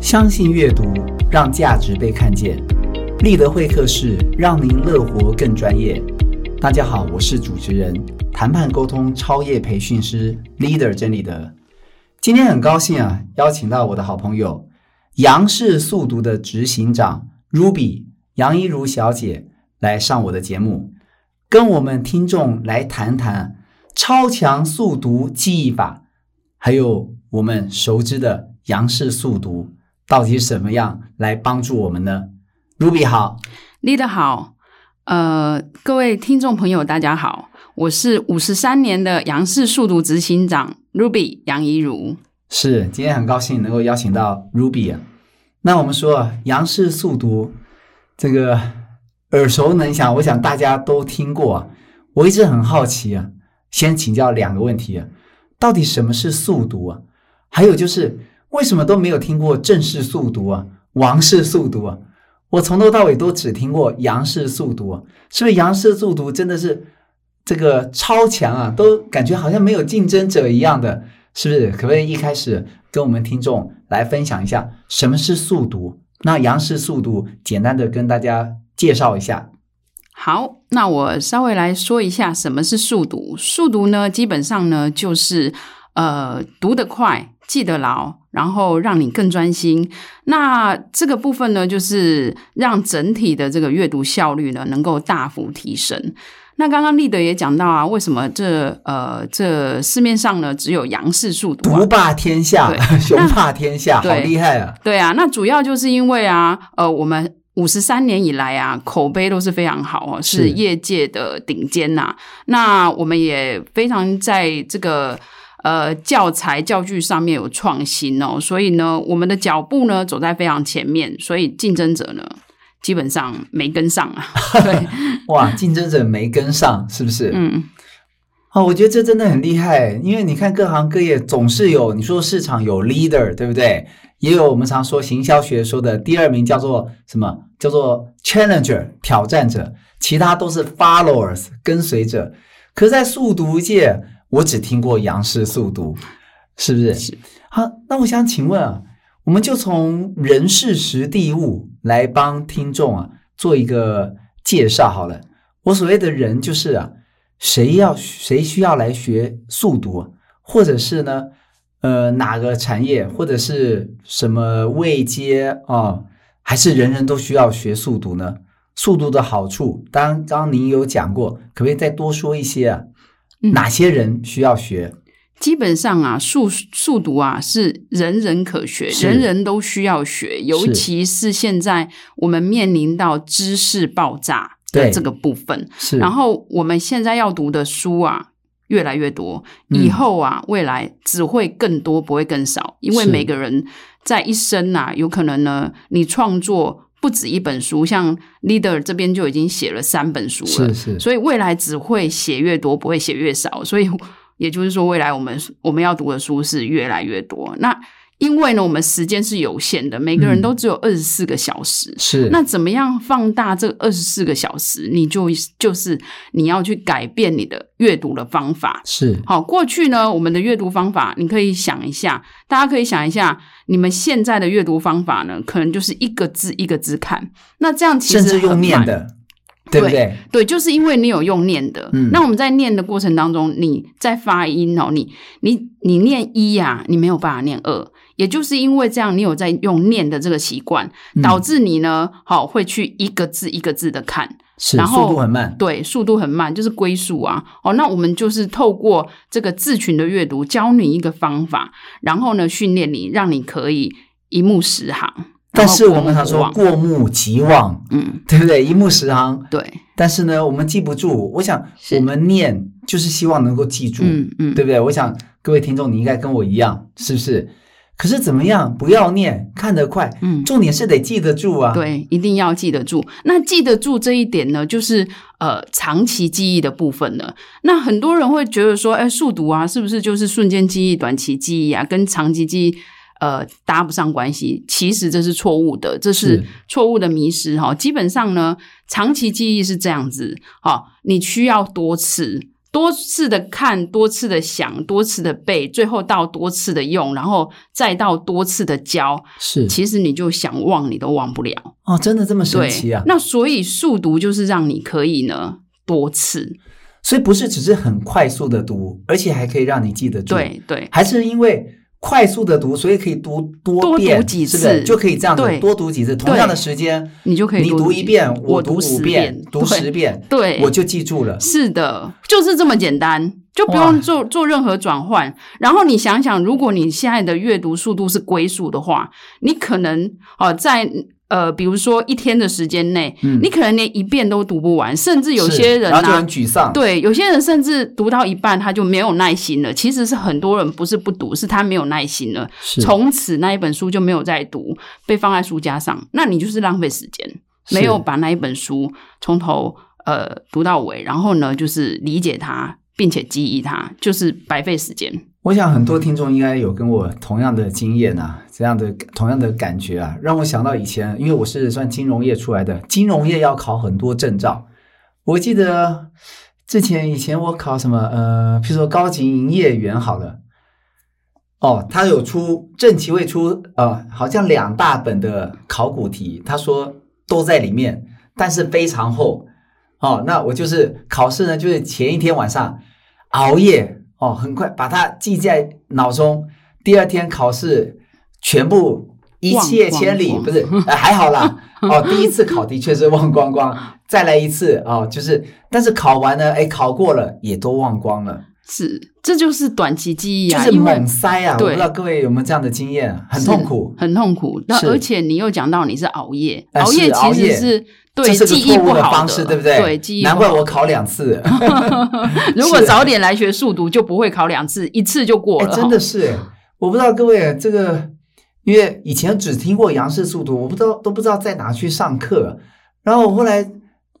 相信阅读，让价值被看见。立德会客室让您乐活更专业。大家好，我是主持人、谈判沟通超业培训师 Leader 真理德。今天很高兴啊，邀请到我的好朋友杨氏速读的执行长 Ruby 杨一如小姐来上我的节目，跟我们听众来谈谈超强速读记忆法，还有我们熟知的杨氏速读到底是什么样来帮助我们呢？Ruby 好， leader 好，呃，各位听众朋友，大家好，我是五十三年的杨氏速读执行长 Ruby 杨怡如。是今天很高兴能够邀请到 Ruby 啊。那我们说啊杨氏速读这个耳熟能详，我想大家都听过啊。我一直很好奇啊，先请教两个问题啊，到底什么是速读啊？还有就是为什么都没有听过正式速读啊、王氏速读啊？我从头到尾都只听过杨氏速读啊，是不是杨氏速读真的是这个超强啊？都感觉好像没有竞争者一样的，是不是？可不可以一开始跟我们听众来分享一下什么是速读？那杨氏速读简单的跟大家介绍一下。好，那我稍微来说一下什么是速读。速读呢，基本上呢就是呃读得快，记得牢，然后让你更专心。那这个部分呢，就是让整体的这个阅读效率呢能够大幅提升。那刚刚立德也讲到啊，为什么这呃这市面上呢只有杨氏速读、啊独？霸天下，对 雄霸天下，好对厉害啊！对啊，那主要就是因为啊，呃，我们五十三年以来啊，口碑都是非常好哦，是是业界的顶尖呐、那我们也非常在这个。呃，教材教具上面有创新哦，所以呢，我们的脚步呢走在非常前面，所以竞争者呢基本上没跟上啊。对，哇，竞争者没跟上，是不是？嗯，哦，我觉得这真的很厉害，因为你看各行各业总是有，你说市场有 leader，对不对？也有我们常说行销学说的第二名叫做什么？叫做 challenger 挑战者，其他都是 followers 跟随者。可是在速读界，我只听过杨氏速读，是不是？是。好，那我想请问啊，我们就从人事实地物来帮听众啊做一个介绍好了。我所谓的人就是啊，谁要谁需要来学速读啊，或者是呢，呃，哪个产业或者是什么位阶啊、还是人人都需要学速读呢？速读的好处，当然刚刚您有讲过，可不可以再多说一些啊？嗯哪些人需要学？基本上啊，速速读啊是人人可学，是人人都需要学，尤其是现在我们面临到知识爆炸对的这个部分。是，然后我们现在要读的书啊越来越多，嗯以后啊未来只会更多，不会更少，因为是每个人在一生啊，有可能呢，你创作。不止一本书，像 Leader 这边就已经写了三本书是，了是所以未来只会写越多，不会写越少。所以也就是说，未来我们我们要读的书是越来越多。那因为呢，我们时间是有限的，每个人嗯都只有二十四个小时。是，那怎么样放大这二十四个小时？你就就是你要去改变你的阅读的方法。是好，过去呢，我们的阅读方法，你可以想一下，大家可以想一下，你们现在的阅读方法呢，可能就是一个字一个字看，那这样其实甚至用很念慢的，对不对对？对，就是因为你有用念的。嗯那我们在念的过程当中，你在发音哦，你你你念一呀、你没有办法念二，也就是因为这样，你有在用念的这个习惯，嗯导致你呢，好、会去一个字一个字的看，是然速后度很慢，对，速度很慢，就是龟速啊。哦，那我们就是透过这个字群的阅读，教你一个方法，然后呢，训练你，让你可以一目十行。然但后是过我们目常不说忘过目即忘，嗯，对不对？一目十行，对，但是呢，我们记不住。我想是我们念就是希望能够记住，嗯嗯，对不对？我想各位听众，你应该跟我一样，是不是？可是怎么样？不要念，看得快，嗯。重点是得记得住啊。，对，一定要记得住。那记得住这一点呢，就是呃长期记忆的部分了。那很多人会觉得说，哎，速读啊，是不是就是瞬间记忆、短期记忆啊，跟长期记忆呃搭不上关系？其实这是错误的，这是是错误的迷失哈、基本上呢，长期记忆是这样子，好、你需要多次。多次的看、多次的想、多次的背，最后到多次的用，然后再到多次的教，是其实你就想忘你都忘不了。哦，真的这么神对奇啊，！那所以速读就是让你可以呢多次，所以不是只是很快速的读，而且还可以让你记得住。，对对还是因为快速的读，所以可以读多多遍，读几是不是次就可以这样子对多读几次？同样的时间，你就可以你多读一遍，我读读五十遍，读对十遍，对，我就记住了。是的，就是这么简单，就不哇用做做任何转换。然后你想想，如果你现在的阅读速度是龟速的话，你可能哦、呃在呃，比如说一天的时间内，嗯你可能连一遍都读不完，甚至有是些人然后就啊很。沮丧。，对，有些人甚至读到一半他就没有耐心了。其实是很多人不是不读，是他没有耐心了，是从此那一本书就没有再读，被放在书架上。那你就是浪费时间。没有是把那一本书从头呃读到尾，然后呢，就是理解它，并且记忆它，就是白费时间。我想很多听众应该有跟我同样的经验啊，这样的同样的感觉啊，让我想到以前，因为我是算金融业出来的，金融业要考很多证照。我记得之前以前我考什么呃，譬如说高级营业员好了，哦，他有出正奇会出呃，好像两大本的考古题，他说都在里面，但是非常厚。哦，那我就是考试呢，就是前一天晚上熬夜哦，很快把它记在脑中。第二天考试全部一泻千里，忘光光不是、呃还好啦。哦， 第一次考的确是忘光光，再来一次哦，就是但是考完呢，哎，考过了也都忘光了，是，这就是短期记忆就啊，是因为猛塞啊！我不对知道各位有没有这样的经验，很是痛苦。很痛苦。那是而且你又讲到你是熬夜，呃熬是夜熬其夜实是对这是个记忆错误不的好方式，对不对？对，记忆难不怪好。我考两 次，哎如果早点来学速读，就不会考两次，一次就过哎，了。真的是 哎，我不知道各位这个，因为以前只听过杨氏速读，我不知道都不知道在哪去上课。然后我后来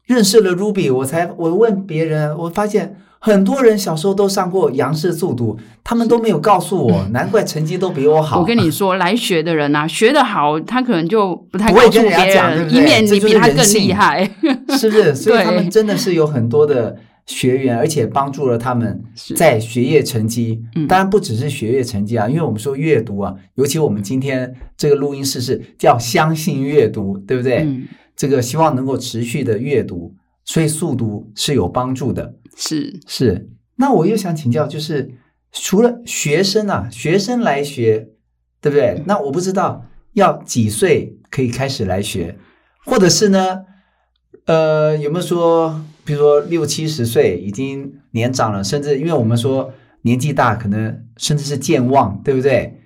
认识了 Ruby，我才我问别人，我发现很多人小时候都上过杨氏速读，他们都没有告诉我，难怪成绩都比我好。嗯我跟你说，来学的人啊， 学得好，他可能就不太不会告诉跟别人家讲对不对以免这你就是比他人更性厉害。 是不是？所以他们对真的是有很多的学员，而且帮助了他们是在学业成绩。嗯当然不只是学业成绩啊，因为我们说阅读啊，尤其我们今天这个录音室是叫相信阅读，对不对？嗯，这个希望能够持续的阅读，所以速读是有帮助的。是。是，那我又想请教，就是除了学生啊，学生来学，对不对？那我不知道要几岁可以开始来学，或者是呢，呃，有没有说，比如说六七十岁已经年长了，甚至因为我们说年纪大，可能甚至是健忘，对不对？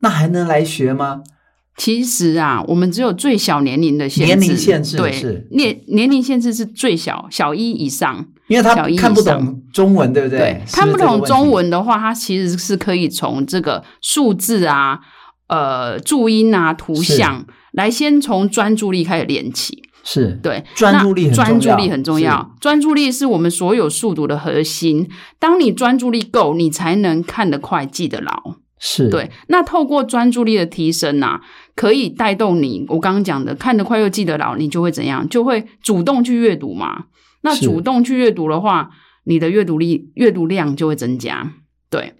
那还能来学吗？其实啊，我们只有最小年龄的限制，年龄限制对是，年年龄限制是最小小一以上。因为他小一以看不上懂中文，对不对？是看是不这个懂问中题，文的话，它其实是可以从这个数字啊、呃注音啊、图是像来先从专注力开始练起。是对，专那注力很重专注要力很重是要，专注力是我们所有速读的核心。当你专注力够，你才能看得快、记得牢。是，对，那透过专注力的提升呐、可以带动你我刚刚讲的看得快又记得牢，你就会怎样？就会主动去阅读嘛。那是主动去阅读的话，你的阅读力、阅读量就会增加。对，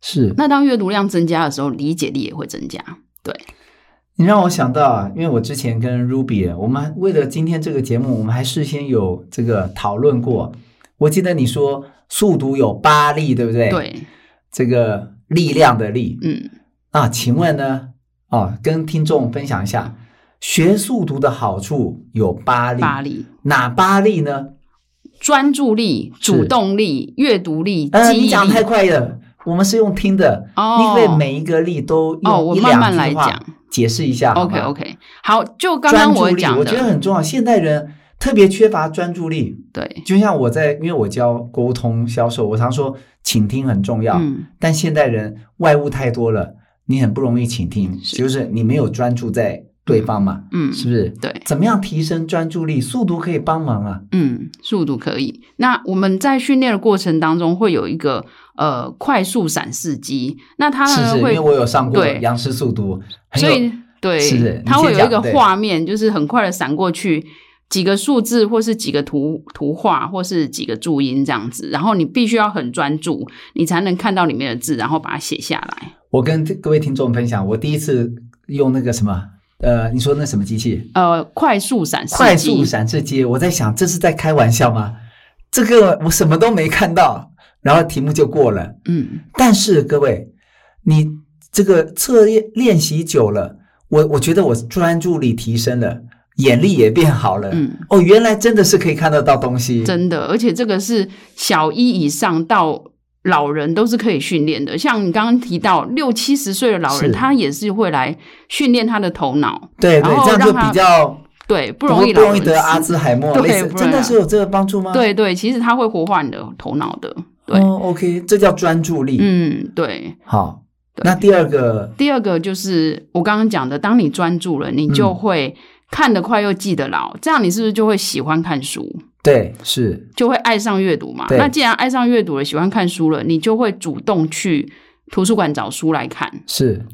是。那当阅读量增加的时候，理解力也会增加。你让我想到啊，因为我之前跟 Ruby，我们还为了今天这个节目，我们还事先有这个讨论过。我记得你说速读有八力，对不对？，对，这个力量的力。嗯，那请问呢？啊，跟听众分享一下，学速读的好处有八力，发力、哪八力呢？专注力、主动力、阅读力、呃，记忆你讲太力。快了，我们是用听的，哦你可以每一个力都用哦我一慢慢两句来话讲解释一下好 OK 吗 OK，好，就刚专刚注我力，讲我觉得的，很重要。现代人特别缺乏专注力，对，就像我在，因为我教沟通销售，我常说倾听很重要，嗯，但现代人外物太多了，你很不容易倾听，是就是你没有专注在对方嘛，嗯是不是？对怎么样提升专注力？速读可以帮忙啊，嗯，速度可以。那我们在训练的过程当中会有一个呃快速闪视机，那它是不呢是？因为会我有上过对杨氏速读，很所有以对是是你它会先有讲一个对画面，就是很快的闪过去。几个数字，或是几个图图画，或是几个注音这样子，然后你必须要很专注，你才能看到里面的字，然后把它写下来。我跟各位听众分享，我第一次用那个什么，呃，你说那什么机器？呃，快速闪示快机速闪字机。我在想，这是在开玩笑吗？这个我什么都没看到，然后题目就过了。嗯，但是各位，你这个测验练习久了，我我觉得我专注力提升了，眼力也变好了。嗯，哦，原来真的是可以看得到东西。真的，而且这个是小一以上到老人都是可以训练的。像你刚刚提到六七十岁的老人，是他也是会来训练他的头脑，对然对，后这样就让它比较对，不不容易不老容易人得阿痴。兹海默，对类似不然真的啊是有这个帮助吗？对对，其实他会活化你的头脑的。对，哦，OK，这叫专注力。，嗯，对。好。对那第二个，第二个就是我刚刚讲的，当你专注了，你就嗯会看得快又记得牢，这样你是不是就会喜欢看书？对，是就会爱上阅读嘛。对那既然爱上阅读了，喜欢看书了，你就会主动去图书馆找书来看。是，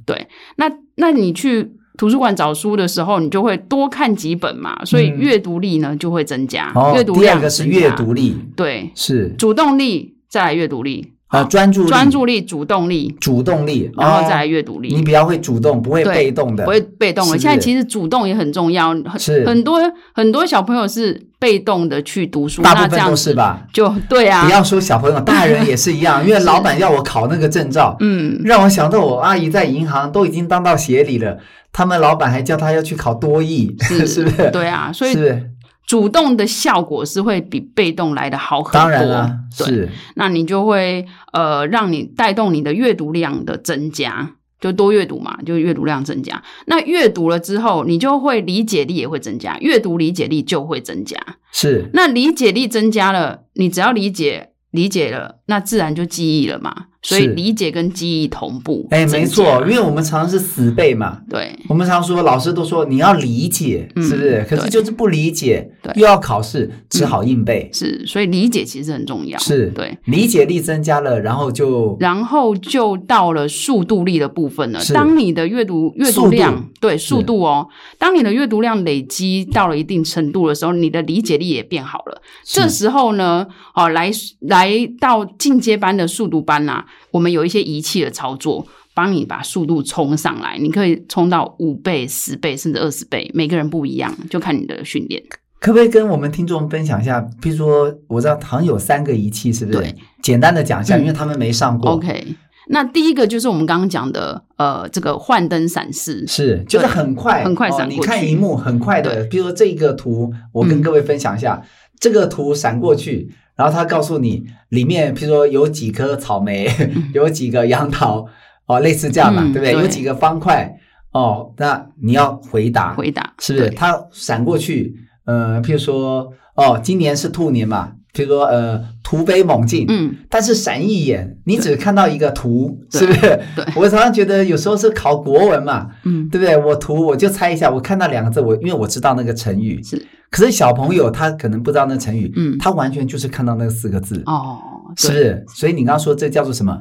那那你去图书馆找书的时候，你就会多看几本嘛，所以嗯阅读力呢就会增加，哦，阅读第二量个是增加阅，读力，对，是主动力再来阅读力，啊，专注力、专注力、主动力，主动力，然后再哦来阅读力。你比较会主动，不会对被动的，不会被动是了。现在其实主动也很重要，是很很多很多小朋友是被动的去读书，大那部这分样都子是吧？就对啊不，要说小朋友，大人也是一样，因 为老板要我考那个证照，嗯，让我想到我阿姨在银行都已经当到协理了，他们老板还叫她要去考多艺，是不 是？对啊，所是以不是？主动的效果是会比被动来的好很多。当然啦，对，是那你就会呃，让你带动你的阅读量的增加，就多阅读嘛，就阅读量增加。那阅读了之后，你就会理解力也会增加，阅读理解力就会增加。是那理解力增加了，你只要理解理解了，那自然就记忆了嘛。所以是理解跟记忆同步。哎，没错，因为为我们常常是死背嘛，对我们常说老师都说你要理解，嗯是不是？可是对就是不理解，对又要考试，只好硬背，是，所以理解其实很重要。是对。理解力增加了，然后就然后就到了速度力的部分了是。当你的阅读阅速读度量对是速度哦，当你的阅读量累积到了一定程度的时候，你的理解力也变好了。这是时候呢，哦，来来到进阶班的速读班呐、我们有一些仪器的操作，帮你把速度冲上来，你可以冲到五倍、十倍甚至二十倍，每个人不一样，就看你的训练。可不可以跟我们听众分享一下？比如说，我知道好像有三个仪器，是不是对？简单的讲一下，嗯因为他们没上过。 OK，那第一个就是我们刚刚讲的，呃，这个幻灯闪视。是，就是很快，很快哦闪你过去看荧幕很快的，比如说这个图，我跟嗯各位分享一下，这个图闪过去，然后它告诉你里面，譬如说有几颗草莓， 有几个杨桃，哦，类似这样嘛，嗯对不对？对有几个方块，哦，那你要回答，回答是不是？对它闪过去，呃，譬如说，哦，今年是兔年嘛，譬如说，呃，突飞猛进，嗯，但是闪一眼，你只看到一个图，对是不是？对我常常觉得有时候是考国文嘛，嗯，对不对？我图我就猜一下，我看到两个字，我因为我知道那个成语，是可是小朋友他可能不知道那成语，嗯他完全就是看到那四个字，哦，是对不是？所以你刚刚说这叫做什么？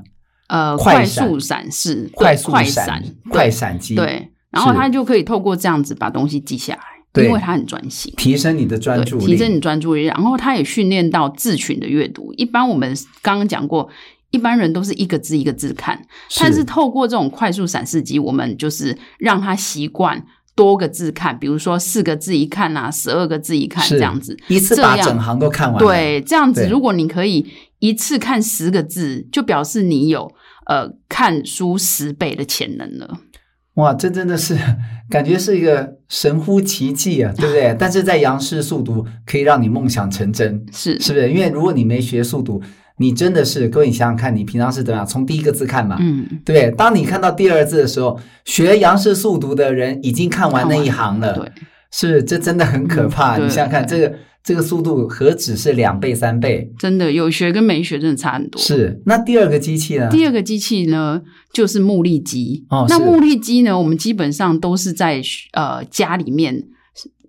呃，快快闪速闪示，快对速快闪闪，，快闪机，，对，然后是他就可以透过这样子把东西记下来，对因为他很专心。提升你的专注对，力，提升你专注力，然后他也训练到自群的阅读。一般我们刚刚讲过，一般人都是一个字一个字看，但是透过这种快速闪视机，我们就是让他习惯多个字看，比如说四个字一看啊，十二个字一看是这样子。一次把这样整行都看完，，对，这样子对，如果你可以一次看十个字，就表示你有呃看书十倍的潜能了。哇，这真的是感觉是一个神乎其技啊，对不 对？但是在杨氏速读可以让你梦想成真，是，是不是？因为如果你没学速读，你真的是各位，你想想看，你平常是怎么样？从第一个字看嘛，嗯，对不对？当你看到第二字的时候，学杨氏速读的人已经看完那一行了，对，是这真的很可怕。嗯对你想想看，这个这个速度何止是两倍三倍？真的有学跟没学真的差很多。。是那第二个机器呢？第二个机器呢，就是木力机。哦那是木力机呢，我们基本上都是在呃家里面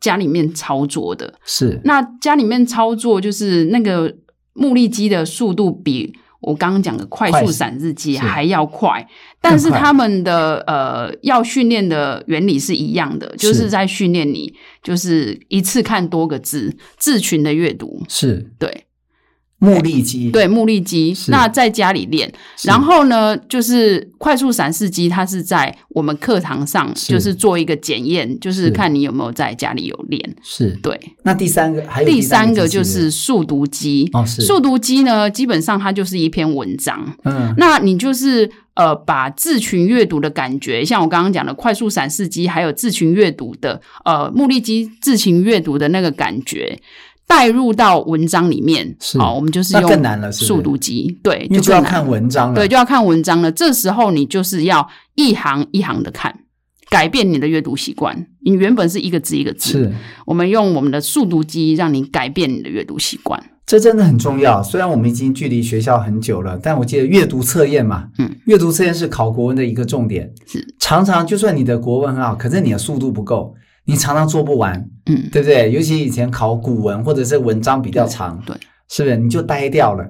家里面操作的。是那家里面操作就是那个木力机的速度比我刚刚讲的快快速速闪字机是还要快，但是更快他们的呃要训练的原理是一样的，就是是在训练你就是一次看多个字，字群的阅读，是对目力机，对，目力机。是那在家里练，是，然后呢，就是快速闪视机，它是在我们课堂上，是就是做一个检验，就是是看你有没有在家里有练。是对，那哎第三个还有第三机个器就人是速读机。哦是速读机呢，基本上它就是一篇文章，嗯那你就是呃把字群阅读的感觉，像我刚刚讲的快速闪视机，还有字群阅读的呃目力机字群阅读的那个感觉。带入到文章里面，是好、我们就是那用更难了是不是速读机，对，因为就更要难看文章了，对，就要看文章了。这时候你就是要一行一行的看，改变你的阅读习惯。你原本是一个字一个字，是我们用我们的速读机让你改变你的阅读习惯。这真的很重要。虽然我们已经距离学校很久了，但我记得阅读测验嘛，嗯，阅读测验是考国文的一个重点。是，常常就算你的国文很好，可是你的速度不够，你常常做不完，嗯，对不对？尤其以前考古文或者是文章比较长，对，是不是你就呆掉了？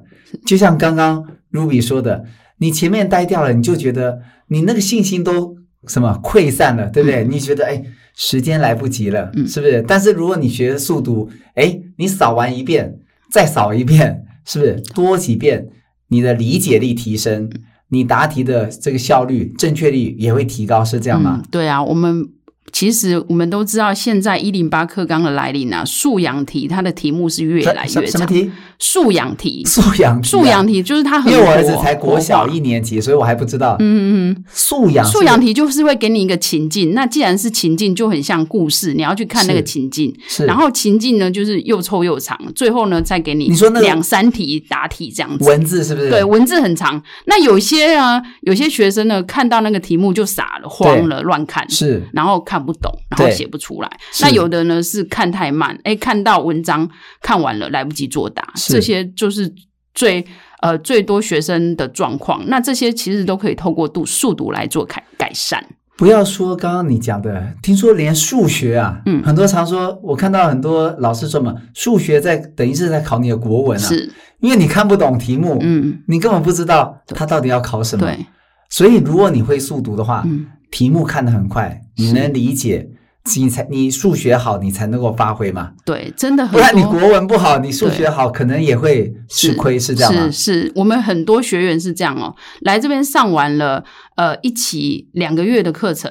就像刚刚 Ruby 说的，你前面呆掉了，你就觉得你那个信心都什么溃散了，对不对？你觉得哎，时间来不及了，嗯是不是？但是如果你学速读，哎，你扫完一遍，再扫一遍， 是不是多几遍，你的理解力提升，嗯你答题的这个效率、正确率也会提高，是这样吗嗯？？对啊，我们。其实我们都知道，现在一零八课纲的来临啊，素养题它的题目是嗯越什来哎什越什么长。题？素养题，素养题啊素养题就是它 很因为我儿子活才国小，一活化年级，所以我还不知道。嗯嗯嗯，素养，素养题就是会给你一个情境，那既然是情境，就很像故事，你要去看那个是情境。是，然后情境呢就是又臭又长，最后呢再给你你说那个两三题答题这样子。文字是不是？对，文字很长。那有些啊，有些学生呢，看到那个题目就傻了、慌了、乱看，是然后看不懂，然后对写不出来。是那有的呢是看太慢，哎，看到文章看完了来不及作答，是这些就是最呃最多学生的状况。那这些其实都可以透过读速读来做改改善。不要说刚刚你讲的，听说连数学啊，嗯很多常说，我看到很多老师说嘛，数学在等于是在考你的国文啊，是，因为你看不懂题目，嗯，你根本不知道他到底要考什么。，对，所以如果你会速读的话，嗯，题目看得很快，你是能理解，你才你数学好，你才能够发挥嘛。对，真的很不多。然你国文不好，你数学好，可能也会吃亏，是这样吗是？是，我们很多学员是这样哦，来这边上完了呃一期两个月的课程。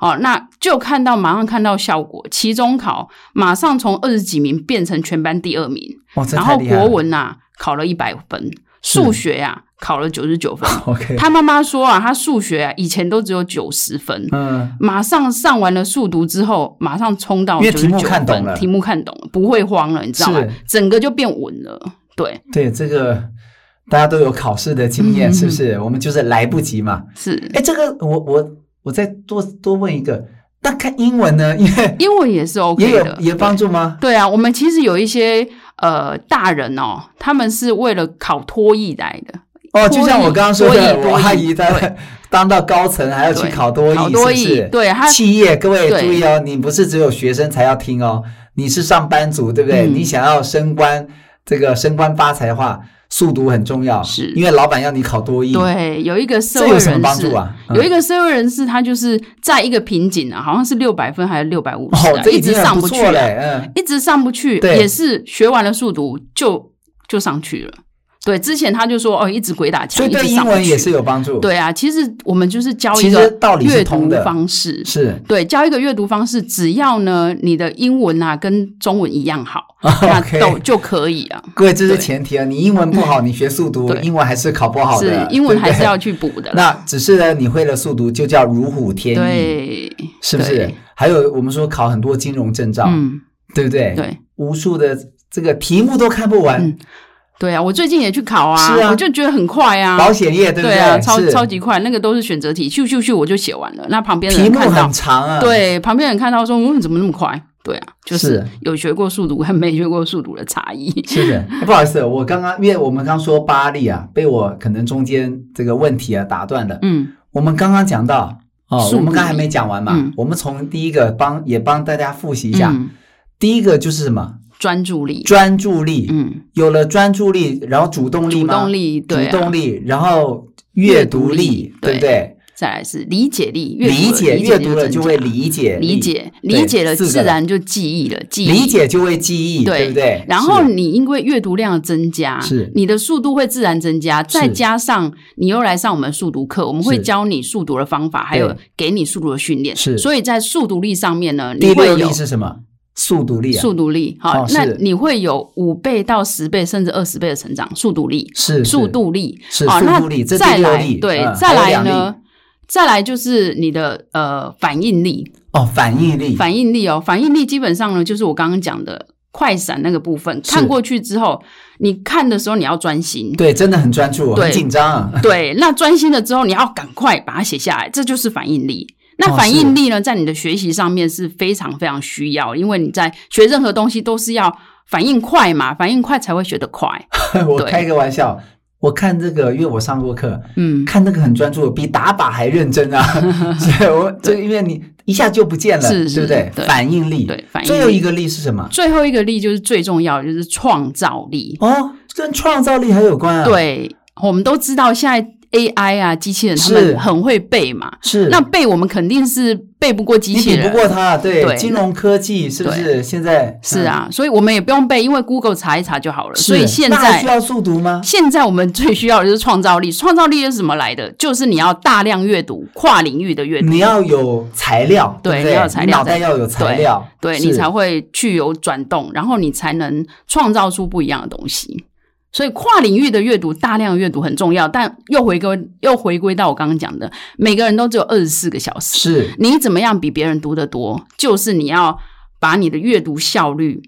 哦，那就看到马上看到效果，期中考马上从二十几名变成全班第二名，哇，这然太后厉害了。国文呐、考了一百分，数学呀、考了九十九分。 OK，他妈妈说啊，他数学啊以前都只有九十分，嗯，马上上完了速读之后，马上冲到因为九题十目九看分，懂了题目看懂了，不会慌了，你知道吗是？整个就变稳了，对，对，这个大家都有考试的经验，嗯是不是？我们就是来不及嘛。是。哎，这个我我我再多多问一个，那看英文呢？因为英文也是 OK 也的有，也帮助吗？对啊，我们其实有一些呃大人哦，他们是为了考托译来的，哦，就像我刚刚说的，多益多益我阿姨她对 当到高层还要去对考多考多益，是不译，是？对他企业各位对注意哦，你不是只有学生才要听哦，你是上班族，对不对？嗯你想要升官，这个升官发财的话，速读很重要，是因为老板要你考多益，，对有一个社这会有什么人帮士助。啊？嗯有一个社会人士，他就是在一个瓶颈啊，好像是六百分还是六百五十啊哦，，这一已直经上很不不去错啊，嘞，嗯，一直上不去，对也是学完了速读就就上去了。对，之前他就说哦，一直鬼打所墙，以一对直英上不文去也是有帮助，，对啊。其实我们就是教其一实个道理是阅通读的方式，是对，教一个阅读方式，只要呢你的英文啊跟中文一 样好，那 OK 都就可以啊。各位这是对前提啊，你英文不 好，你学速读，对英文还是考不好是的，英文还是要对去补的不对。啦。 那只是呢，你会了速读就叫如虎添翼，对，是不是对？还有我们说考很多金融证照，嗯，对不对？对无数的这个题目都看不完，嗯对啊，我最近也去考啊，是啊我就觉得很快啊。保险业对不对啊，超是超级快，那个都是选择题，咻咻咻我就写完了。那旁边的题人目看到很，长啊，，对，旁边人看到说，嗯，怎么那么快？对啊，就是是有学过速读和没学过速读的 差异。是的。不好意思，我刚刚因为我们刚说巴利啊，被我可能中间这个问题啊打断了。嗯，我们刚刚讲到哦，速我们读刚还没讲完嘛，嗯我们从第一个帮也帮大家复习一下，嗯第一个就是什么专注力，专注力，嗯，有了专注力，然后主动力主吗？动力，对、啊，主动力，然后阅阅读读力力，对不对对？再来是理解力，阅读理解阅读了就增会加理解力理解，对理解了四个自然就记忆了，记忆理解就会记忆，对对不对？然后是你因为阅读量增加，是你的速度会自然增加，再加上你又来上我们速读课，我们会是教你速读的方法，还有给你速读的训练。是所以在速读力上面呢，你第会六有力是什么？速读力啊，速读力，好哦，那是你会有五倍到十倍甚至二十倍的成长，速读力，是速是度力，是好，速啊那度力，这再第六来力，对，嗯再还有来两呢力？再来就是你的呃反应力，哦，反应力，反应力哦，反应力基本上呢，就是我刚刚讲的快闪那个部分。是看过去之后，你看的时候你要专心，对，真的很专注，很对紧张啊，对那专心了之后，你要赶快把它写下来，这就是反应力。那哦反应力呢，在你的学习上面是非常非常需要，因为你在学任何东西都是要反应快嘛，反应快才会学得快。我对开个玩笑。我看这个，因为我上过课，嗯，看那个很专注，比打靶还认真 啊！所以我就因为你一下就不见了，是是对不对反应力，对，反应最后力一个力是什么？最后一个力就是最重要的，就是创造力。哦，跟创造力还有关啊。，对，我们都知道现在 AI 啊，机器人他们是很会背嘛，是那背我们肯定是背不过机你器比不人，过他，对对金融科技是不是？现在是，啊，所以我们也不用背，因为 Google 查一查就好了。嗯所以是现那还需在要速读吗？现在我们最需要的就是创造力，创造力是怎么来的？就是你要大量阅读，跨领域的阅读。你要有材料，对对不对，你要有材料你脑袋要有材料，对是你才会去有转动，然后你才能创造出不一样的东西。所以跨领域的阅读、大量阅读很重要，但又回归又回归到我刚刚讲的，每个人都只有二十四个小时，是你怎么样比别人读得多，就是你要把你的阅读效率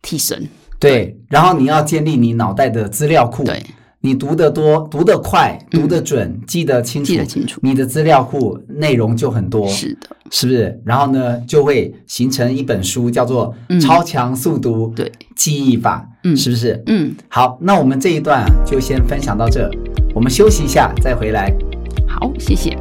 提升。对。然后你要建立你脑袋的资料库，对，你读得多，读得快，嗯读得准，记得清楚记得，清楚。你的资料库内容就很多，是的，是不是？然后呢，就会形成一本书，叫做嗯《超强速读对，记忆法》，嗯是不是？嗯，好，那我们这一段啊，就先分享到这，我们休息一下再回来。好，谢谢。